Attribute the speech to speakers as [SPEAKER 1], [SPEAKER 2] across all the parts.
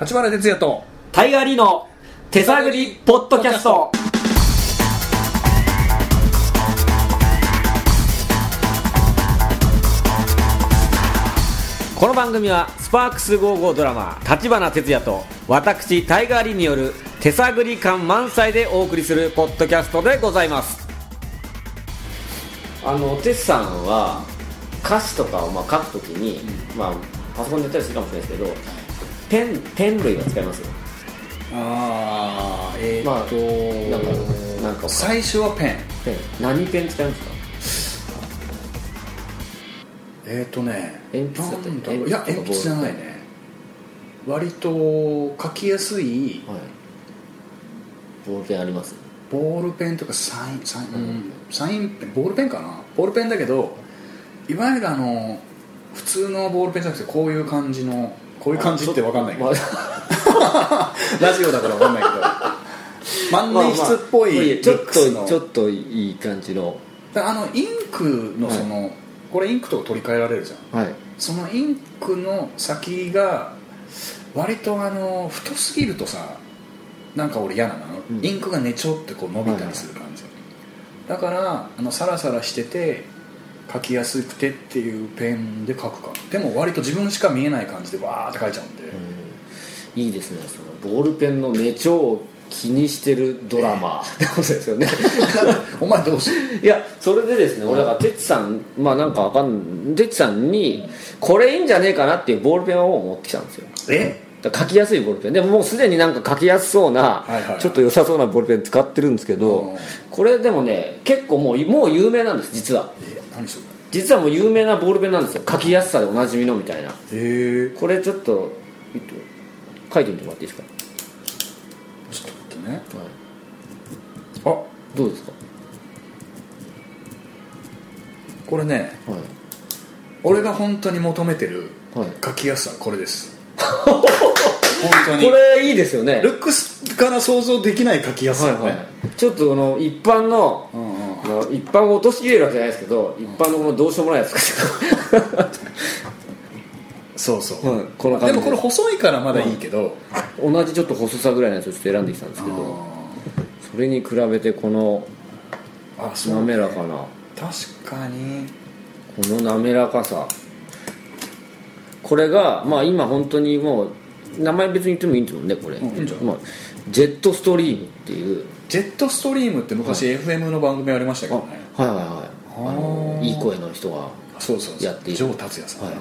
[SPEAKER 1] 立花哲也と
[SPEAKER 2] タイガーリーの手探りポッドキャスト。この番組はスパークス55ドラマ立花哲也と私タイガーリーによる手探り感満載でお送りするポッドキャストでございます。あのテスさんは歌詞とかをまあ書くときに、まあパソコンでやったりするかもしれないですけど、ペンペン類は使います。
[SPEAKER 1] ああえ
[SPEAKER 2] まあ
[SPEAKER 1] ーっと、
[SPEAKER 2] なんかなんか
[SPEAKER 1] 最初はペン
[SPEAKER 2] ペン何ペン使いますか
[SPEAKER 1] えーっとね
[SPEAKER 2] 鉛筆だったり
[SPEAKER 1] なんだろういや
[SPEAKER 2] 鉛筆とか
[SPEAKER 1] 鉛筆じゃないね割と書きやすい
[SPEAKER 2] はいボールペンあります
[SPEAKER 1] ボールペンとかサインサイン、うんサインペンボールペンかなボールペンだけどいわゆるあの普通のボールペンじゃなくてこういう感じのこういう感じって分かんないけど
[SPEAKER 2] まあ
[SPEAKER 1] ラジオだから分かんないけど万年筆っぽい
[SPEAKER 2] まあまあちょっ
[SPEAKER 1] ミックスの
[SPEAKER 2] とちょっといい感じの
[SPEAKER 1] だあのインクのその、これインクとか取り替えられるじゃん
[SPEAKER 2] はい
[SPEAKER 1] そのインクの先が割とあの太すぎるとさなんか俺嫌なの、
[SPEAKER 2] うん
[SPEAKER 1] インクがねちょってこう伸びたりする感じ、だからあのサラサラしてて書きやすくてっていうペンで書くかでも割と自分しか見えない感じでわーって書いちゃうんで、
[SPEAKER 2] うんいいですねそのボールペンの目調を気にしてるドラマーってことですよね
[SPEAKER 1] お前どうし
[SPEAKER 2] いやそれでですね俺だから哲さんまあなんかわかん哲さんにこれいいんじゃねえかなっていうボールペンを持ってきたんですよ
[SPEAKER 1] え
[SPEAKER 2] だから書きやすいボールペンでももうすでになんか書きやすそうな、
[SPEAKER 1] はいはい
[SPEAKER 2] ちょっと良さそうなボールペン使ってるんですけど、
[SPEAKER 1] うん
[SPEAKER 2] これでもね結構もうもう有名なんです実は
[SPEAKER 1] え何それ
[SPEAKER 2] 実はもう有名なボールペンなんですよ書きやすさでおなじみのみたいな
[SPEAKER 1] ええ
[SPEAKER 2] これちょっとえっと書いてみてもらっていいです
[SPEAKER 1] ちょっと待ってね
[SPEAKER 2] か、はい
[SPEAKER 1] あ
[SPEAKER 2] どうですか、
[SPEAKER 1] これね
[SPEAKER 2] はい、
[SPEAKER 1] 俺が本当に求めてる
[SPEAKER 2] はい
[SPEAKER 1] 書きやすさはこれです本当に
[SPEAKER 2] これいいですよね
[SPEAKER 1] ルックスから想像できない書きやす
[SPEAKER 2] は
[SPEAKER 1] さ
[SPEAKER 2] い
[SPEAKER 1] ね、
[SPEAKER 2] はいちょっとあの一般の
[SPEAKER 1] うんうん
[SPEAKER 2] あの一般を落とし入れるわけじゃないですけど一般のこのどうしようもないやつ
[SPEAKER 1] そうそう、
[SPEAKER 2] はいこんな感
[SPEAKER 1] で
[SPEAKER 2] じ
[SPEAKER 1] もこれ細いからまだいいけど、
[SPEAKER 2] 同じちょっと細さぐらいのやつをちょっと選んできたんですけどそれに比べてこの
[SPEAKER 1] あーあそう
[SPEAKER 2] 滑らかな
[SPEAKER 1] 確かに
[SPEAKER 2] この滑らかさこれがまあ今本当にもう名前別に言ってもいいんですもんねこれ、
[SPEAKER 1] んいいんじゃない
[SPEAKER 2] まあ、ジェットストリームっていう
[SPEAKER 1] ジェットストリームって昔 FM の番組ありましたけ
[SPEAKER 2] あ
[SPEAKER 1] ど
[SPEAKER 2] はい
[SPEAKER 1] ね、
[SPEAKER 2] はいはいあの
[SPEAKER 1] あー
[SPEAKER 2] いい声の人がは
[SPEAKER 1] そうそうそう
[SPEAKER 2] やっていい
[SPEAKER 1] ジョー達也さん、
[SPEAKER 2] い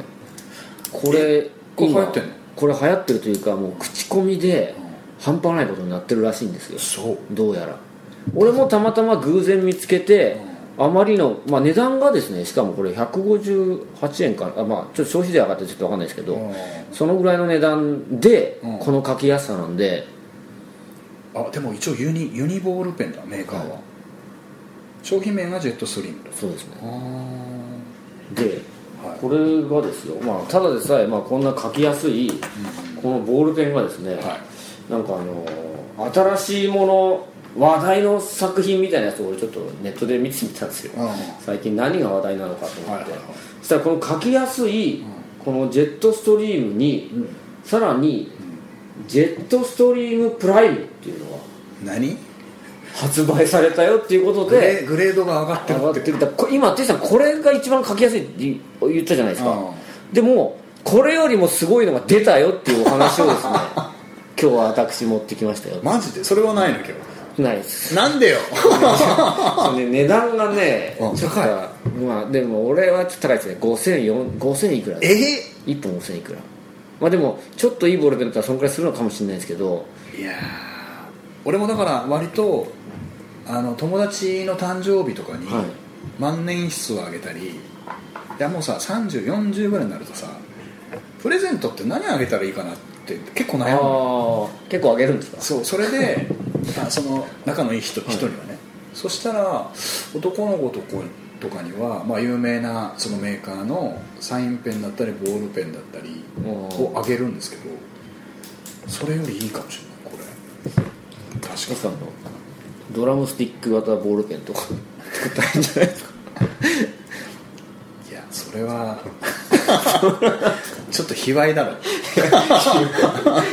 [SPEAKER 2] これ
[SPEAKER 1] これ
[SPEAKER 2] 今
[SPEAKER 1] 流行ってんの
[SPEAKER 2] これ流行ってるというかもう口コミで
[SPEAKER 1] うん
[SPEAKER 2] 半端ないことになってるらしいんですよ
[SPEAKER 1] そう
[SPEAKER 2] どうやら俺もたまたま偶然見つけてあまりの、まあ、値段がですねしかもこれ158円からあ、まあ、ちょっと消費税上がってちょっと分かんないですけど、
[SPEAKER 1] うん
[SPEAKER 2] そのぐらいの値段で
[SPEAKER 1] うん
[SPEAKER 2] この書きやすさなんで、
[SPEAKER 1] あでも一応ユニユニボールペンだメーカーは、
[SPEAKER 2] はい
[SPEAKER 1] 商品名がジェットストリームだ
[SPEAKER 2] そうですね
[SPEAKER 1] あー
[SPEAKER 2] で、
[SPEAKER 1] はい
[SPEAKER 2] これがですよ、まあ、ただでさえ、まあ、こんな書きやすいこのボールペンがですね、
[SPEAKER 1] はい
[SPEAKER 2] なんかあのー新しいもの話題の作品みたいなやつを俺ちょっとネットで見てみたんですよ
[SPEAKER 1] うん
[SPEAKER 2] 最近何が話題なのかと思って、
[SPEAKER 1] はいはいはい
[SPEAKER 2] そしたらこの書きやすいこのジェットストリームに、さらにジェットストリームプライムっていうのが
[SPEAKER 1] 何
[SPEAKER 2] 発売されたよっていうこと
[SPEAKER 1] グ
[SPEAKER 2] で、
[SPEAKER 1] レーグレードが上がってる
[SPEAKER 2] 上がってきたこ今テイさんこれが一番書きやすいって言ったじゃないですか、
[SPEAKER 1] うん
[SPEAKER 2] でもこれよりもすごいのが出たよっていうお話をです ね今日は私持ってきましたよ
[SPEAKER 1] マジでそれはないの今
[SPEAKER 2] ないです
[SPEAKER 1] 日なんでよ
[SPEAKER 2] それね値段がね
[SPEAKER 1] うん
[SPEAKER 2] ちょっとまあでも俺はちょっと高いですね5000 5000いくら
[SPEAKER 1] え
[SPEAKER 2] で1本5000いくらまあでもちょっといいボールペンだったらそのくらいするのかもしれないですけど
[SPEAKER 1] いやー俺もだから割とあの友達の誕生日とかに
[SPEAKER 2] はい
[SPEAKER 1] 万年筆をあげたり、い、やもうさ3040ぐらいになるとさプレゼントって何あげたらいいかなって結構
[SPEAKER 2] あ
[SPEAKER 1] 悩むの
[SPEAKER 2] あ結構上げるんですか
[SPEAKER 1] そうそれで あその仲のいい人,、人にはねそしたら男の子とことかには、まあ、有名なそのメーカーのサインペンだったりボールペンだったりをあげるんですけどそれよりいいかもしれないこれ確か
[SPEAKER 2] テ
[SPEAKER 1] に
[SPEAKER 2] スさんのドラムスティック型ボールペンとか作ったらいいんじゃないですか
[SPEAKER 1] いやそれはちょっと卑猥だろ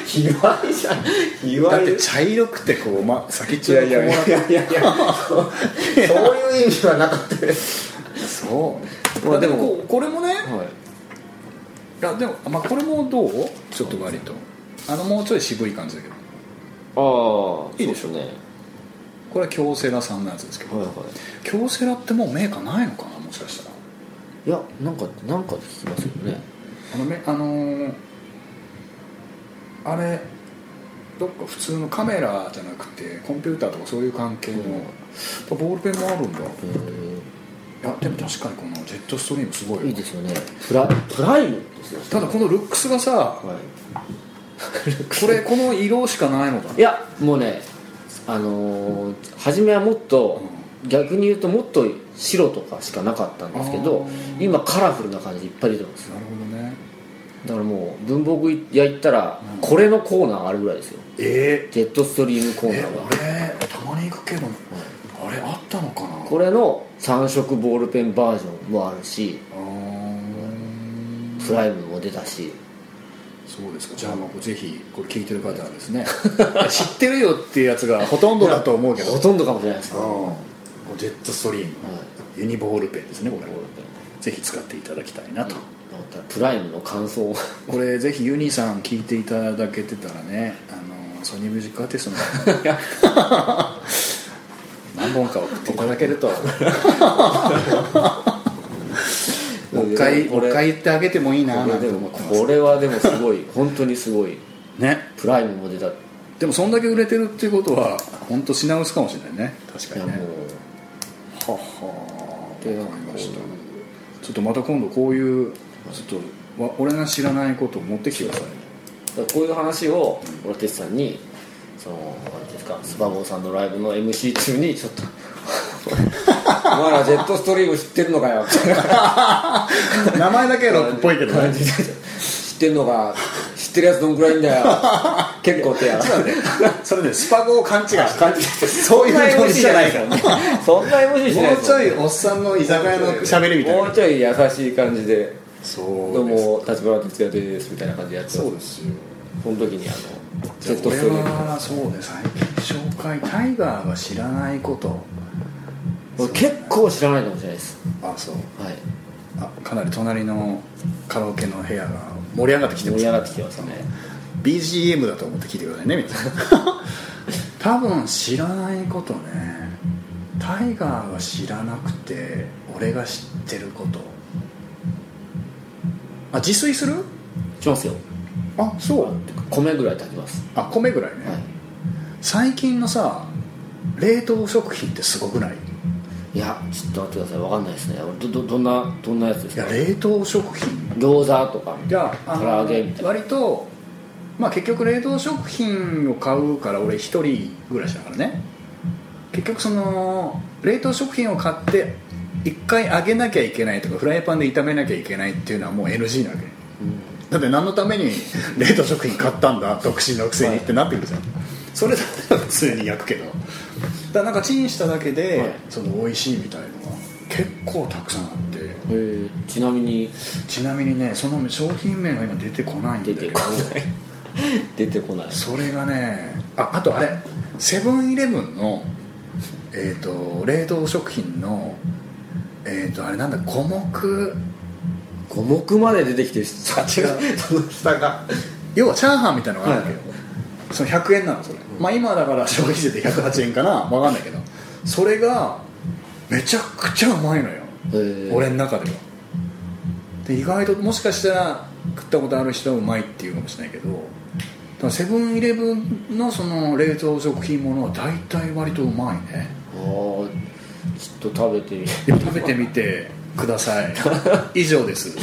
[SPEAKER 3] ひわいじゃんひわ
[SPEAKER 1] だっ
[SPEAKER 3] い
[SPEAKER 1] て茶色くてこう、ま、先っ
[SPEAKER 3] い
[SPEAKER 1] ちょ
[SPEAKER 3] や
[SPEAKER 1] が
[SPEAKER 3] いやいやい
[SPEAKER 1] こ
[SPEAKER 3] やいやそうそういう意味はなかったです
[SPEAKER 1] うそう、
[SPEAKER 2] ま
[SPEAKER 1] ま
[SPEAKER 2] あ
[SPEAKER 1] あ、
[SPEAKER 2] で
[SPEAKER 1] で
[SPEAKER 2] も
[SPEAKER 1] もこうこれもね
[SPEAKER 2] はい
[SPEAKER 1] いやでも、まあ、これもどうちょっと割とあのもうちょい渋い感じだけど
[SPEAKER 2] ああ
[SPEAKER 1] いいでし
[SPEAKER 2] ょうね
[SPEAKER 1] これは京セラさんのやつですけ
[SPEAKER 2] はい
[SPEAKER 1] ど
[SPEAKER 2] は
[SPEAKER 1] 京セラってもうメーカーないのかなもしかしたら
[SPEAKER 2] いいやなんかなんか聞きますよね
[SPEAKER 1] あのめあのーあれどっか普通のカメラじゃなくてコンピューターとかそういう関係の、
[SPEAKER 2] うん
[SPEAKER 1] ボールペンもあるんだい
[SPEAKER 2] へ
[SPEAKER 1] やでも確かにこのジェットストリームすごいよ
[SPEAKER 2] えいいですよねプラプライムですよ
[SPEAKER 1] ただこのルックスがさ、
[SPEAKER 2] は
[SPEAKER 1] これこの色しかないのか
[SPEAKER 2] いいやもうねあのー初めはもっと逆に言うともっと白とかしかなかったんですけど
[SPEAKER 1] あー
[SPEAKER 2] 今カラフルな感じでいっぱい出てます
[SPEAKER 1] なるほどね
[SPEAKER 2] だからもう文房具屋行ったら
[SPEAKER 1] うん
[SPEAKER 2] これのコーナーあるぐらいですよ
[SPEAKER 1] え
[SPEAKER 2] ジェットストリームコ
[SPEAKER 1] ー、
[SPEAKER 2] ー
[SPEAKER 1] え
[SPEAKER 2] ナーが
[SPEAKER 1] 俺たまに行くけどあれあったのかな
[SPEAKER 2] これの3色ボールペンバージョンもあるし
[SPEAKER 1] あー
[SPEAKER 2] プライムも出たし
[SPEAKER 1] そうですかじゃあまあぜひこれ聞いてる方はです ね知ってるよっていうやつがほとんどだと思うけど
[SPEAKER 2] ほとんどかもしれないですね、
[SPEAKER 1] うん
[SPEAKER 2] はい
[SPEAKER 1] こうジェットストリームユニボールペンですねこれぜひ使っていただきたいなと、
[SPEAKER 2] だったらプライムの感想を
[SPEAKER 1] これぜひユニさん聞いていただけてたらねあのソニーミュージックアーティストの方に 何本か送っていただけ るともう一回も
[SPEAKER 2] こ
[SPEAKER 1] う
[SPEAKER 2] れ
[SPEAKER 1] 一回言ってあげてもいいな
[SPEAKER 2] こ
[SPEAKER 1] な
[SPEAKER 2] れ
[SPEAKER 1] んて
[SPEAKER 2] で
[SPEAKER 1] 思
[SPEAKER 2] も
[SPEAKER 1] ってます
[SPEAKER 2] これはでもすごい本当にすごい
[SPEAKER 1] ね
[SPEAKER 2] プライムも出たい
[SPEAKER 1] でもそんだけ売れてるっていうことは本当品薄かもしれないね確か
[SPEAKER 2] や
[SPEAKER 1] に
[SPEAKER 2] も
[SPEAKER 1] ね
[SPEAKER 2] う
[SPEAKER 1] はは
[SPEAKER 2] でなん
[SPEAKER 1] わかりま
[SPEAKER 2] かこう
[SPEAKER 1] したちょっとまた今度こういうちょっとわ俺が知らないことを持ってきてください
[SPEAKER 2] だからこういう話を俺哲さんにその何ですかスパボーさんのライブの MC 中にちょっと お前らジェットストリーム知ってるのかよみたいな
[SPEAKER 1] 名前だけロックっぽいけどね
[SPEAKER 2] 感じで知ってるのか知ってるやつどんくらいいんだよ結構手やな
[SPEAKER 1] それねスパゴを勘違いして
[SPEAKER 2] 感じそう
[SPEAKER 1] いうノリじゃないからね
[SPEAKER 2] そんな MC しない
[SPEAKER 1] もうちょ
[SPEAKER 2] い
[SPEAKER 1] いおっさんの居酒屋の喋りみたい
[SPEAKER 2] も
[SPEAKER 1] な
[SPEAKER 2] うちょい優しい感じで「ど
[SPEAKER 1] そううです
[SPEAKER 2] も立花哲也です」みたいな感じでやって
[SPEAKER 1] そう
[SPEAKER 2] ま
[SPEAKER 1] ですよ
[SPEAKER 2] すその時にあのジェット
[SPEAKER 1] 俺
[SPEAKER 2] ストリーム
[SPEAKER 1] はそうね最近紹介タイガーが知らないこと
[SPEAKER 2] 俺結構知らないかもしれないです
[SPEAKER 1] あそう
[SPEAKER 2] はい
[SPEAKER 1] あかなり隣のカラオケの部屋が盛り上がってきて
[SPEAKER 2] 盛
[SPEAKER 1] ま
[SPEAKER 2] り
[SPEAKER 1] す
[SPEAKER 2] 上がってきてますね
[SPEAKER 1] BGM だと思って聞いてくださいねみたいな 多分知らないことねタイガーが知らなくて俺が知ってることあ自炊する
[SPEAKER 2] しますよ
[SPEAKER 1] あそう
[SPEAKER 2] 米ぐらい炊きます
[SPEAKER 1] あ米ぐらいね、
[SPEAKER 2] は
[SPEAKER 1] 最近のさ冷凍食品ってすごくない
[SPEAKER 2] いいやちょっと待ってくださいわかんないですね俺どどどんなどんなやつです
[SPEAKER 1] いや
[SPEAKER 2] か
[SPEAKER 1] 冷凍食品
[SPEAKER 2] 餃子とか
[SPEAKER 1] じゃあ
[SPEAKER 2] 唐揚げみたいな
[SPEAKER 1] 割とまあ結局冷凍食品を買うから俺一人暮らしだからね結局その冷凍食品を買って一回揚げなきゃいけないとかフライパンで炒めなきゃいけないっていうのはもう NG なわけだって何のため に冷凍食品買ったんだ独身のくせにってなってくるじゃんそれだったら普通に焼くけどだからなんかチンしただけで、
[SPEAKER 2] はい
[SPEAKER 1] その美味しいみたいのが結構たくさんあって
[SPEAKER 2] えーちなみに
[SPEAKER 1] ちなみにねその商品名が今出てこないんだけど
[SPEAKER 2] 出てこない出てこない
[SPEAKER 1] それがねああとあれセブンイレブンの、えー、と冷凍食品のえっ、とあれなんだ五目
[SPEAKER 2] 五目まで出てきてる人違うその
[SPEAKER 3] 下が
[SPEAKER 1] 要はチャーハンみたいなのがあるんだけど、その100円なのそれ、まあ今だから消費税で108円かなわかんないけどそれがめちゃくちゃうまいのよ
[SPEAKER 2] えー
[SPEAKER 1] 俺の中ではで意外ともしかしたら食ったことある人はうまいっていうかもしれないけどただセブンイレブンのその冷凍食品ものは大体割とうまいね
[SPEAKER 2] あーちょっと食べてみ
[SPEAKER 1] でも食べてみてください以上です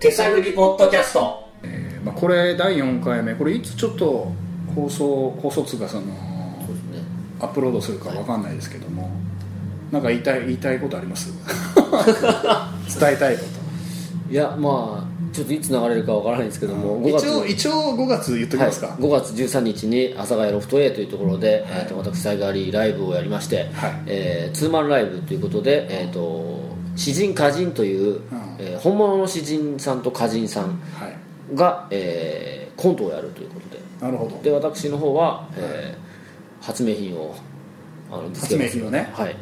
[SPEAKER 2] 手探りポッドキャスト
[SPEAKER 1] えーまあ、これ第4回目これいつちょっと放送放送通過その
[SPEAKER 2] そうですね
[SPEAKER 1] アップロードするかわかんないですけども、なんか言い たい言いたいことあります伝えたいこ
[SPEAKER 2] いやまあちょっといつ流れるかわからないんですけども5
[SPEAKER 1] 一
[SPEAKER 2] 月
[SPEAKER 1] 応一応5月言っときますか、
[SPEAKER 2] はい、5月13日に阿佐ヶ谷ロフト A というところで、えー、と私才がありライブをやりまして、
[SPEAKER 1] はい
[SPEAKER 2] えーツーマンライブということで、えー、と詩人歌人という、えー本物の詩人さんと歌人さん
[SPEAKER 1] はい
[SPEAKER 2] が、えーコントをやるということで
[SPEAKER 1] なるほど
[SPEAKER 2] で私の方は、えー発明品をあの
[SPEAKER 1] 発明品をね
[SPEAKER 2] はい、はい
[SPEAKER 1] い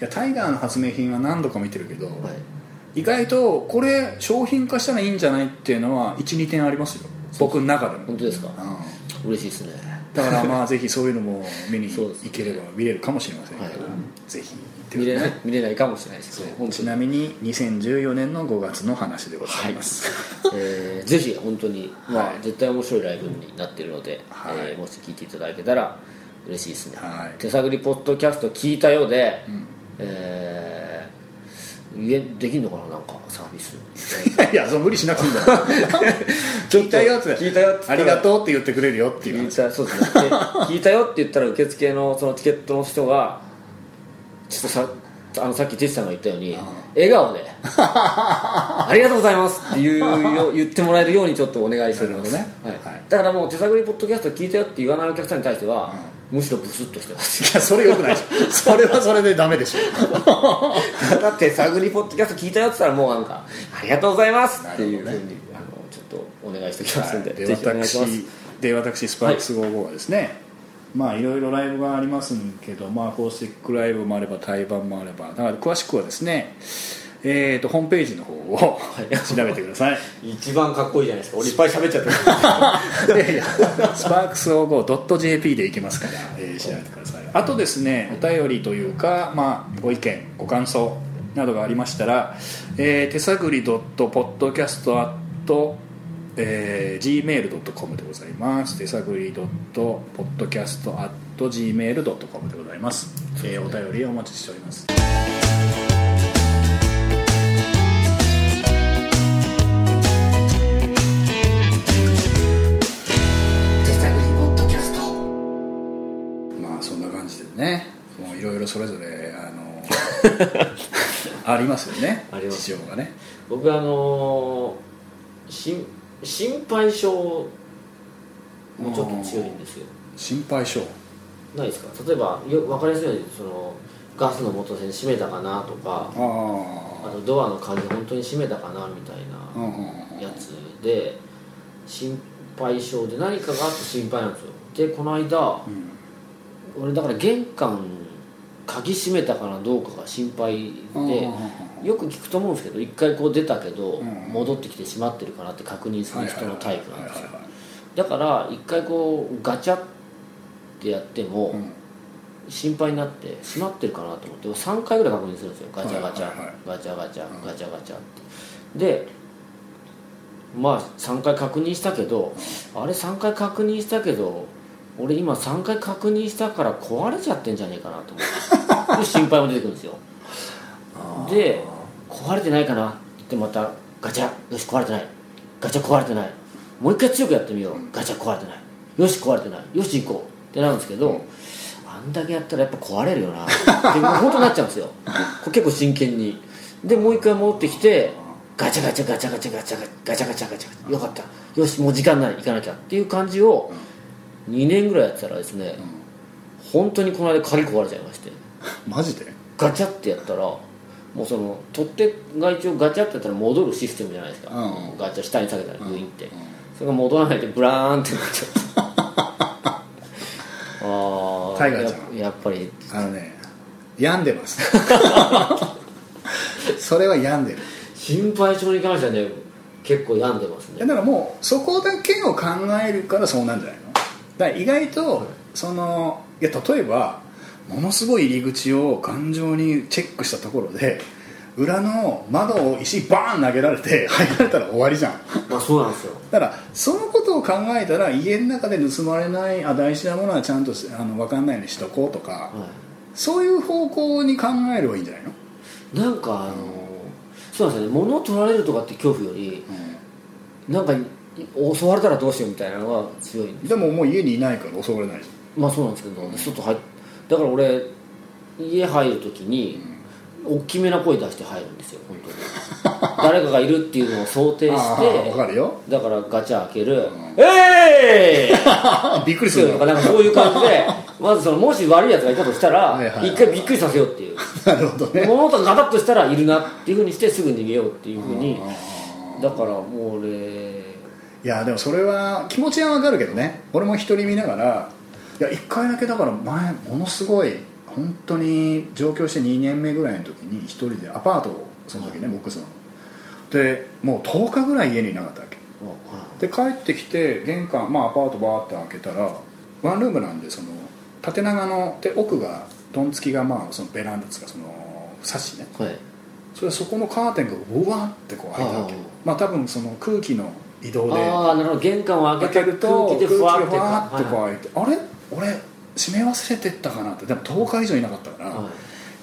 [SPEAKER 1] やタイガーの発明品は何度か見てるけど、意外とこれ商品化したらいいんじゃないっていうのは12点ありますよ僕の中でも、う
[SPEAKER 2] 本
[SPEAKER 1] ん、
[SPEAKER 2] 当ですか嬉しいですね
[SPEAKER 1] だからまあぜひそういうのも見に
[SPEAKER 2] そうです
[SPEAKER 1] 行ければ見れるかもしれませんけど、
[SPEAKER 2] はい
[SPEAKER 1] ぜひ行って
[SPEAKER 2] 見
[SPEAKER 1] く
[SPEAKER 2] れ
[SPEAKER 1] だ
[SPEAKER 2] な
[SPEAKER 1] さ
[SPEAKER 2] い見れないかもしれないですけど本当
[SPEAKER 1] い
[SPEAKER 2] に
[SPEAKER 1] ちなみに2014年の5月の話でございます、
[SPEAKER 2] えーぜひ本当に、まあ
[SPEAKER 1] はい
[SPEAKER 2] 絶対面白いライブになってるので、
[SPEAKER 1] はい
[SPEAKER 2] えーもし聞いていただけたら嬉しいですね、
[SPEAKER 1] はい
[SPEAKER 2] 手探りポッドキャスト聞いたようで、えー言えできんのかななんかサービス
[SPEAKER 1] いやその無理しなくていいんだよ 聞いたよって
[SPEAKER 2] 聞いたよって言ったら
[SPEAKER 1] ありがとうって言ってくれるよって いう
[SPEAKER 2] 聞い
[SPEAKER 1] 話
[SPEAKER 2] たそうですねで聞いたよって言ったら受付のそのチケットの人がちょっとさあのさっきジェシさんが言ったように笑顔で「ありがとうございます」っていうよ 言ってもらえるようにちょっとお願いしてるので
[SPEAKER 1] なる
[SPEAKER 2] ね、
[SPEAKER 1] ほ
[SPEAKER 2] は
[SPEAKER 1] ど
[SPEAKER 2] い
[SPEAKER 1] ねはい
[SPEAKER 2] だからもう手探りポッドキャスト聞いたよって言わないお客さんに対しては、むしろブスッとしてます
[SPEAKER 1] いやそれよくないでしょそれはそれでダメでしょ
[SPEAKER 2] だって探りポッドキャスト聞いたよって言ったらもうなんか「ありがとうございます」っていうふう
[SPEAKER 1] な
[SPEAKER 2] に、
[SPEAKER 1] る
[SPEAKER 2] あのちょっとお願いしておきますんで、
[SPEAKER 1] はい
[SPEAKER 2] ぜひお願いします
[SPEAKER 1] 私で私スパークス55はですね、まあいろいろライブがありますけど、まあ、コースティックライブもあれば対バンもあればだから詳しくはですねえー、とホームページの方を 調べてください
[SPEAKER 2] 一番かっこいいじゃないですか俺いっぱい喋っちゃってる
[SPEAKER 1] いやいや スパークス 55.jp でいきますから、えー調べてくださいあとですねお便りというか、まあ、ご意見ご感想などがありましたら、えー、手探り .podcast@ えー、gmail.com でございます手探り .podcast.gmail.com でございますえーお便りお待ちしております
[SPEAKER 3] 手探りポッドキャスト
[SPEAKER 1] まあそんな感じでねもういろいろそれぞれあ のありますよね
[SPEAKER 2] あります
[SPEAKER 1] 事情がね
[SPEAKER 2] 僕あのー心心配性もちょっと強いんですよ
[SPEAKER 1] 心配性
[SPEAKER 2] ないですか例えばよ分かりやすいようにそのガスの元栓閉めたかなとか
[SPEAKER 1] あ
[SPEAKER 2] あ
[SPEAKER 1] あ
[SPEAKER 2] とドアの鍵本当に閉めたかなみたい
[SPEAKER 1] うん
[SPEAKER 2] な
[SPEAKER 1] うんうん
[SPEAKER 2] やつで心配性で何かがあって心配なんですよでこの間
[SPEAKER 1] うん
[SPEAKER 2] 俺だから玄関鍵閉めたかなどうかが心配
[SPEAKER 1] うんうんうんうん
[SPEAKER 2] でよく聞くと思うんですけど一回こう出たけど
[SPEAKER 1] うん
[SPEAKER 2] 戻ってきて閉まってるかなって確認する人のタイプなんですよ
[SPEAKER 1] はいはいはい
[SPEAKER 2] だから一回こうガチャってやっても
[SPEAKER 1] うん
[SPEAKER 2] 心配になって閉まってるかなと思って3回ぐらい確認するんですよガチャガチ
[SPEAKER 1] はいはいはい
[SPEAKER 2] ャガチャガチャガチャガチャってでまあ3回確認したけどあれ3回確認したけど俺今3回確認したから壊れちゃってんじゃねえかな と思ってで心配も出てくるんですよで壊れてないかなってまたガチャよし壊れてないガチャ壊れてないもう一回強くやってみようガチャ壊れてないよし壊れてないよし行こうってなるんですけど、あんだけやったらやっぱ壊れるよなって本当になっちゃうんですよこれ結構真剣にでもう一回戻ってきてガチャガチャガチャガチャガチャガチャガチャガチャガチャよかったよしもう時間ない行かなきゃっていう感じを2年ぐらいやってたらですね、本当にこの間鍵壊れちゃいまして
[SPEAKER 1] マジで
[SPEAKER 2] ガチャってやったらもうその取っ手が一応ガチャってやったら戻るシステムじゃないですか、
[SPEAKER 1] うんうん
[SPEAKER 2] ガチャ下に下げたらグイーンって、それが戻らないでブラーンってなっちゃった ああ
[SPEAKER 1] タイガーちゃん
[SPEAKER 2] ややっぱり
[SPEAKER 1] あのね病んでます それは病んでる
[SPEAKER 2] 心配性に関してはね結構病んでます
[SPEAKER 1] い
[SPEAKER 2] ね
[SPEAKER 1] やだからもうそこだけを考えるからそうなんじゃないのだから意外とそのいや例えばものすごい入り口を頑丈にチェックしたところで裏の窓を石バーン投げられて入られたら終わりじゃん
[SPEAKER 2] まあそうなんですよ
[SPEAKER 1] だからそのことを考えたら家の中で盗まれないあ大事なものはちゃんとしあの分かんないようにしとこうとか、
[SPEAKER 2] は
[SPEAKER 1] そういう方向に考えればいいんじゃないの、
[SPEAKER 2] いなんかあのそうなんですよね物を取られるとかって恐怖よりなんかい襲われたらどうしようみたいなのが強いんで
[SPEAKER 1] でももう家にいないから襲われないじ
[SPEAKER 2] まあそうなんですけど外入っだから俺家入る時に大きめな声出して入るんですよ本当に誰かがいるっていうのを想定し
[SPEAKER 1] あ
[SPEAKER 2] て
[SPEAKER 1] ーわかるよ
[SPEAKER 2] だからガチャ開ける「えーい!」
[SPEAKER 1] あびっくりす
[SPEAKER 2] そう
[SPEAKER 1] る
[SPEAKER 2] と か
[SPEAKER 1] の
[SPEAKER 2] なんかそういう感じでまずそのもし悪いやつがいたとしたら
[SPEAKER 1] はいはい
[SPEAKER 2] 一回びっくりさせようっていう
[SPEAKER 1] なるほどね
[SPEAKER 2] 物音がガタッとしたらいるなっていうふうにしてすぐ逃げようっていうふうに
[SPEAKER 1] あ
[SPEAKER 2] だからもう俺
[SPEAKER 1] いやでもそれは気持ちはわかるけどね俺も一人見ながらいや1回だけだから前ものすごい本当に上京して2年目ぐらいの時に一人でアパートをその時ねボックスのでもう10日ぐらい家にいなかったわけ
[SPEAKER 2] あ
[SPEAKER 1] で
[SPEAKER 2] は
[SPEAKER 1] 帰ってきて玄関、まあ、アパートバーって開けたらワンルームなんでその縦長ので奥がドン付きがまあそのベランダっつうかそのサッシね
[SPEAKER 2] いはい
[SPEAKER 1] それそこのカーテンがうわーってこう開いたわけ
[SPEAKER 2] ああ
[SPEAKER 1] まあ多分その空気の移動で
[SPEAKER 2] ああなるほど玄関を
[SPEAKER 1] 開
[SPEAKER 2] 開け
[SPEAKER 1] け
[SPEAKER 2] た
[SPEAKER 1] る
[SPEAKER 2] 空
[SPEAKER 1] と
[SPEAKER 2] 気で
[SPEAKER 1] 空
[SPEAKER 2] ふわっ
[SPEAKER 1] 気
[SPEAKER 2] て
[SPEAKER 1] が
[SPEAKER 2] か
[SPEAKER 1] わーってこう
[SPEAKER 2] は
[SPEAKER 1] 開いてあれ俺閉め忘れてったかなってでも10日以上いなかったから、
[SPEAKER 2] いは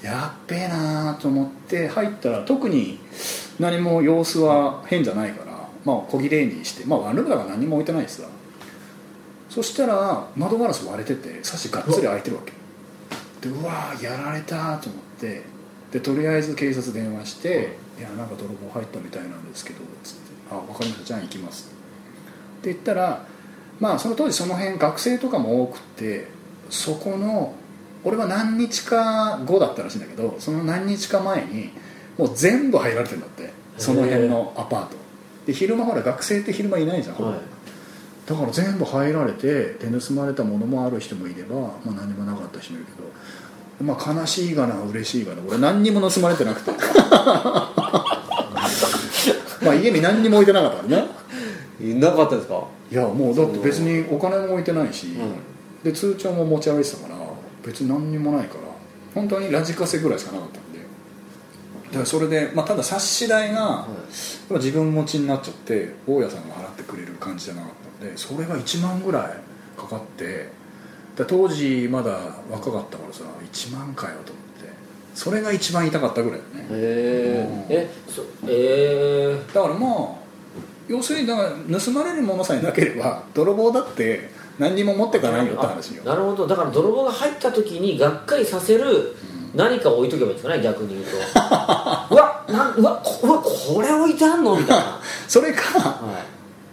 [SPEAKER 2] い
[SPEAKER 1] やっべえなーと思って入ったら特に何も様子は変じゃないから、まあ、小切れにして、まあ、ワンルームだから何も置いてないですわそしたら窓ガラス割れててサッシがっつり開いてるわけでうわーやられたーと思ってでとりあえず警察電話して「いやなんか泥棒入ったみたいなんですけど」つって「あ分かりましたじゃあ行きます」って言ったらまあその当時その辺学生とかも多くてそこの俺は何日か後だったらしいんだけどその何日か前にもう全部入られてるんだってその辺のアパートで昼間ほら学生って昼間いないじゃん、ほぼ
[SPEAKER 2] はい
[SPEAKER 1] だから全部入られてで盗まれたものもある人もいれば、まあ、何もなかった人もいるけど、まあ、悲しいがな嬉しいがな俺何にも盗まれてなくて まあ家に何にも置いてなかったからね
[SPEAKER 2] いなかったですか
[SPEAKER 1] いやもうだって別にお金も置いてないし、
[SPEAKER 2] ん
[SPEAKER 1] で通帳も持ち歩いてたから別に何にもないから本当にラジカセぐらいしかなかったんでだからそれで、まあ、ただ冊子代が、やっぱ自分持ちになっちゃって大家さんが払ってくれる感じじゃなかったんでそれが1万ぐらいかかってだ当時まだ若かったからさ1万かよと思ってそれが一番痛かったぐらいだね、
[SPEAKER 2] へ
[SPEAKER 1] うん
[SPEAKER 2] ーえそえー
[SPEAKER 1] だからまあ要するにだから盗まれるものさえなければ泥棒だって何にも持ってかないよって話よ
[SPEAKER 2] あなるほどだから泥棒が入った時にがっかりさせる何かを置いとけばいいんですかね逆に言うと うわなんうわこうわこれ置いてあんのみ たいな、
[SPEAKER 1] それか
[SPEAKER 2] は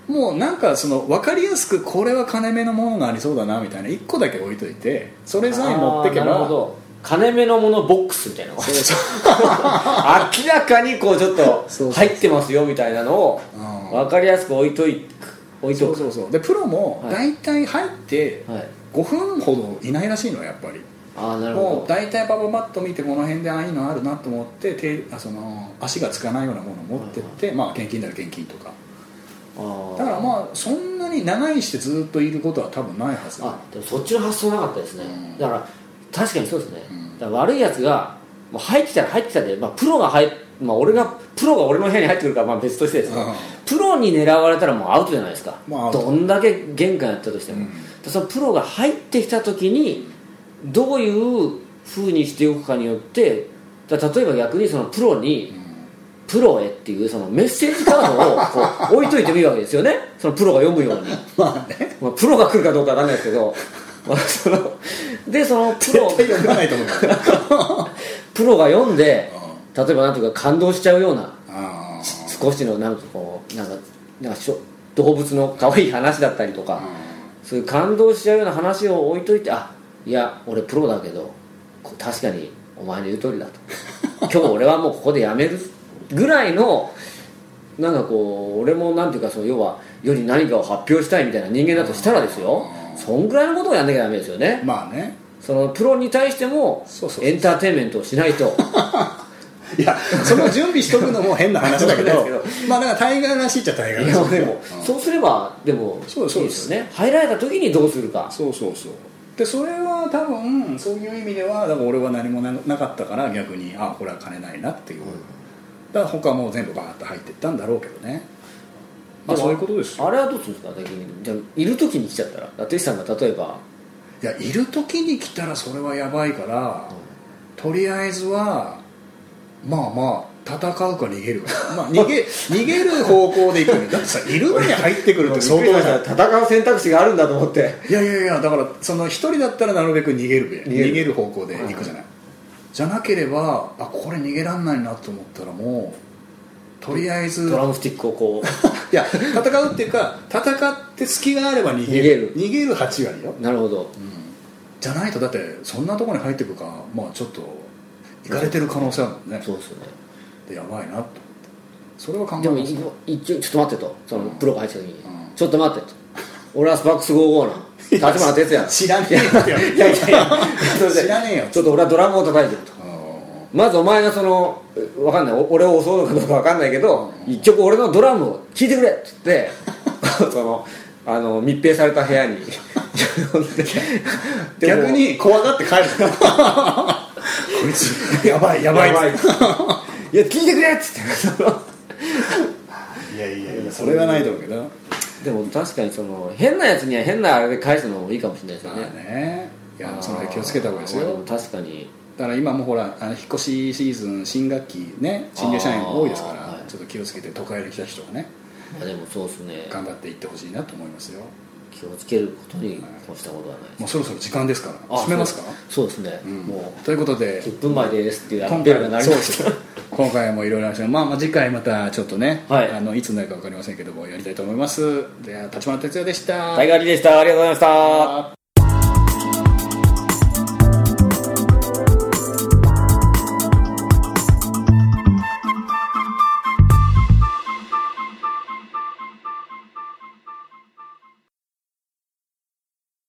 [SPEAKER 2] い、
[SPEAKER 1] もうなんかその分かりやすくこれは金目のものがありそうだなみたいな1個だけ置いといてそれさえ持ってけ
[SPEAKER 2] あーなる
[SPEAKER 1] ば
[SPEAKER 2] ほど金目のものボックスみたいなの
[SPEAKER 1] そうそう
[SPEAKER 2] 明らかにこうちょっ
[SPEAKER 1] そうそ
[SPEAKER 2] と
[SPEAKER 1] う
[SPEAKER 2] 入ってますよみたいなのを
[SPEAKER 1] うん
[SPEAKER 2] 分かりやすく置いとい置い
[SPEAKER 1] そ
[SPEAKER 2] と
[SPEAKER 1] う
[SPEAKER 2] く
[SPEAKER 1] そうそうでプロも
[SPEAKER 2] はい
[SPEAKER 1] 大体入って
[SPEAKER 2] はい
[SPEAKER 1] 5分ほどいないらしいのやっぱり
[SPEAKER 2] ああなる
[SPEAKER 1] も
[SPEAKER 2] ほ
[SPEAKER 1] う
[SPEAKER 2] ど
[SPEAKER 1] 大体パパパッと見てこの辺でああいうのあるなと思って手あその足がつかないようなものを持ってって、まあ、現金なら現金とか
[SPEAKER 2] あー
[SPEAKER 1] だからまあそんなに長いしてずっといることは多分ないはずだ
[SPEAKER 2] あでもそっちの発想なかったですね、
[SPEAKER 1] うん
[SPEAKER 2] だから確かにそうですね、
[SPEAKER 1] うん
[SPEAKER 2] だから悪いやつがもう入ってきたら入ってきたで、まあ、プロが入っまあ、俺がプロが俺の部屋に入ってくるからまあ別としてですね、
[SPEAKER 1] うん
[SPEAKER 2] プロに狙われたらもうアウトじゃないですか、
[SPEAKER 1] まあアウト
[SPEAKER 2] どんだけ玄関やったとしても、
[SPEAKER 1] うん
[SPEAKER 2] でそのプロが入ってきた時にどういうふうにしておくかによってだから例えば逆にそのプロに、プロへっていうそのメッセージカードをこう置いといてもいいわけですよ ねそのプロが読むように
[SPEAKER 1] まあね
[SPEAKER 2] まあ、プロが来るかどうかわかんないですけ ど、まあ、そのでそのプロ
[SPEAKER 1] 絶対読まないと思うからね
[SPEAKER 2] プロが読んで
[SPEAKER 1] うん
[SPEAKER 2] 例えばなんていうか感動しちゃうような
[SPEAKER 1] あー
[SPEAKER 2] 少しのなんかこうなんかなんかしょ動物の可愛い話だったりとか、そういう感動しちゃうような話を置いといてあいや俺プロだけどこ確かにお前の言う通り だと今日俺はもうここでやめるぐらいのなんかこう俺もなんていうかその要は世に何かを発表したいみたいな人間だとしたらですよそんぐらいのことをやんなきゃダメですよね
[SPEAKER 1] まあね
[SPEAKER 2] そのプロに対しても
[SPEAKER 1] そうそうそう
[SPEAKER 2] エンターテインメントをしないと
[SPEAKER 1] いやその準備しとくのも変な話だ け
[SPEAKER 2] そ
[SPEAKER 1] ど
[SPEAKER 2] うなんで
[SPEAKER 1] まあだから大河らしいっちゃ大
[SPEAKER 2] い
[SPEAKER 1] 河らしい
[SPEAKER 2] やでも
[SPEAKER 1] うん
[SPEAKER 2] そうすればでも
[SPEAKER 1] そうですそう
[SPEAKER 2] いい
[SPEAKER 1] で
[SPEAKER 2] ですすよね入られた時にどうするか
[SPEAKER 1] そうそうそうでそれは多分そういう意味ではだから俺は何もななかったから逆にああこれは金ないなっていう、だから他はもう全部バーッと入っていったんだろうけどねまあ
[SPEAKER 2] でも
[SPEAKER 1] そういうことですよ
[SPEAKER 2] あれはどうするんですか逆にじゃあいる時に来ちゃったら伊達さんが例えば
[SPEAKER 1] いやいる時に来たらそれはやばいから、とりあえずはまあまあ戦うか逃げるか、 まあ、逃げ逃げる方向で行く んだだってさいる目に入ってくるって相当だよ
[SPEAKER 2] 戦う選択肢があるんだと思って
[SPEAKER 1] いやいやいやだからその一人だったらなるべく逃げるべ逃
[SPEAKER 2] げる
[SPEAKER 1] げる方向で行くじゃない、じゃなければあこれ逃げらんないなと思ったらもうとりあえず
[SPEAKER 2] ドラムスティックを こ
[SPEAKER 1] いや戦うっていうか戦って隙があれば逃げる逃げる8割よ、
[SPEAKER 2] うなるほど
[SPEAKER 1] うん、じゃないとだってそんなところに入ってくかまあちょっといかれてる可能性あるもんね
[SPEAKER 2] そうですよね
[SPEAKER 1] でやばいなと思ってそれは考え
[SPEAKER 2] でも
[SPEAKER 1] ます
[SPEAKER 2] 一
[SPEAKER 1] ね
[SPEAKER 2] 応ちょっと待ってとそのプロが入った時に、
[SPEAKER 1] うん
[SPEAKER 2] ちょっと待ってと俺はスパックス55な立花哲也
[SPEAKER 1] 知らねえよ
[SPEAKER 2] いやい やいやそれで
[SPEAKER 1] 知らねえよ
[SPEAKER 2] ちょっと俺はドラムを叩いてると
[SPEAKER 1] うん
[SPEAKER 2] まずお前のそのうわかんないお俺を襲うのかどうかわかんないけど一曲俺のドラムを聴いてくれっつって そのあの密閉された部屋 に呼んででも
[SPEAKER 1] 逆に怖がって帰るこいつやばいやばい
[SPEAKER 2] やば いっつっていや聴いてくれっつってその
[SPEAKER 1] いやいやいやそれはないと思うけど
[SPEAKER 2] でも確かにその変なやつには変なあれで返すのもいいかもしれないですよ
[SPEAKER 1] まあ
[SPEAKER 2] ね
[SPEAKER 1] ねいや
[SPEAKER 2] あー
[SPEAKER 1] その辺気をつけた方がいいです
[SPEAKER 2] まあ
[SPEAKER 1] よ
[SPEAKER 2] も確かに
[SPEAKER 1] だから今もほらあの引っ越しシーズン新学期ね新入社員多いですか
[SPEAKER 2] あーは
[SPEAKER 1] ら
[SPEAKER 2] い
[SPEAKER 1] ちょっと気をつけて都会に来た人はね
[SPEAKER 2] まあでもそうですね
[SPEAKER 1] 頑張っていってほしいなと思いますよ
[SPEAKER 2] 気をつけることに越したことはない
[SPEAKER 1] もうそろそろ時間ですから
[SPEAKER 2] あ
[SPEAKER 1] 締めますか
[SPEAKER 2] そうですね、
[SPEAKER 1] うん
[SPEAKER 2] もう
[SPEAKER 1] ということで
[SPEAKER 2] 10分前ですっていうあの
[SPEAKER 1] 今
[SPEAKER 2] ベルが
[SPEAKER 1] 回
[SPEAKER 2] 鳴
[SPEAKER 1] もそ
[SPEAKER 2] り
[SPEAKER 1] う
[SPEAKER 2] ま
[SPEAKER 1] で
[SPEAKER 2] し
[SPEAKER 1] す
[SPEAKER 2] た
[SPEAKER 1] 今回もいろいろありましたがまあまあ次回またちょっとね、
[SPEAKER 2] はい
[SPEAKER 1] あのいつになるか分かりませんけどもやりたいと思いますでは立花哲也でした
[SPEAKER 2] タイガーリーでしたありがとうございました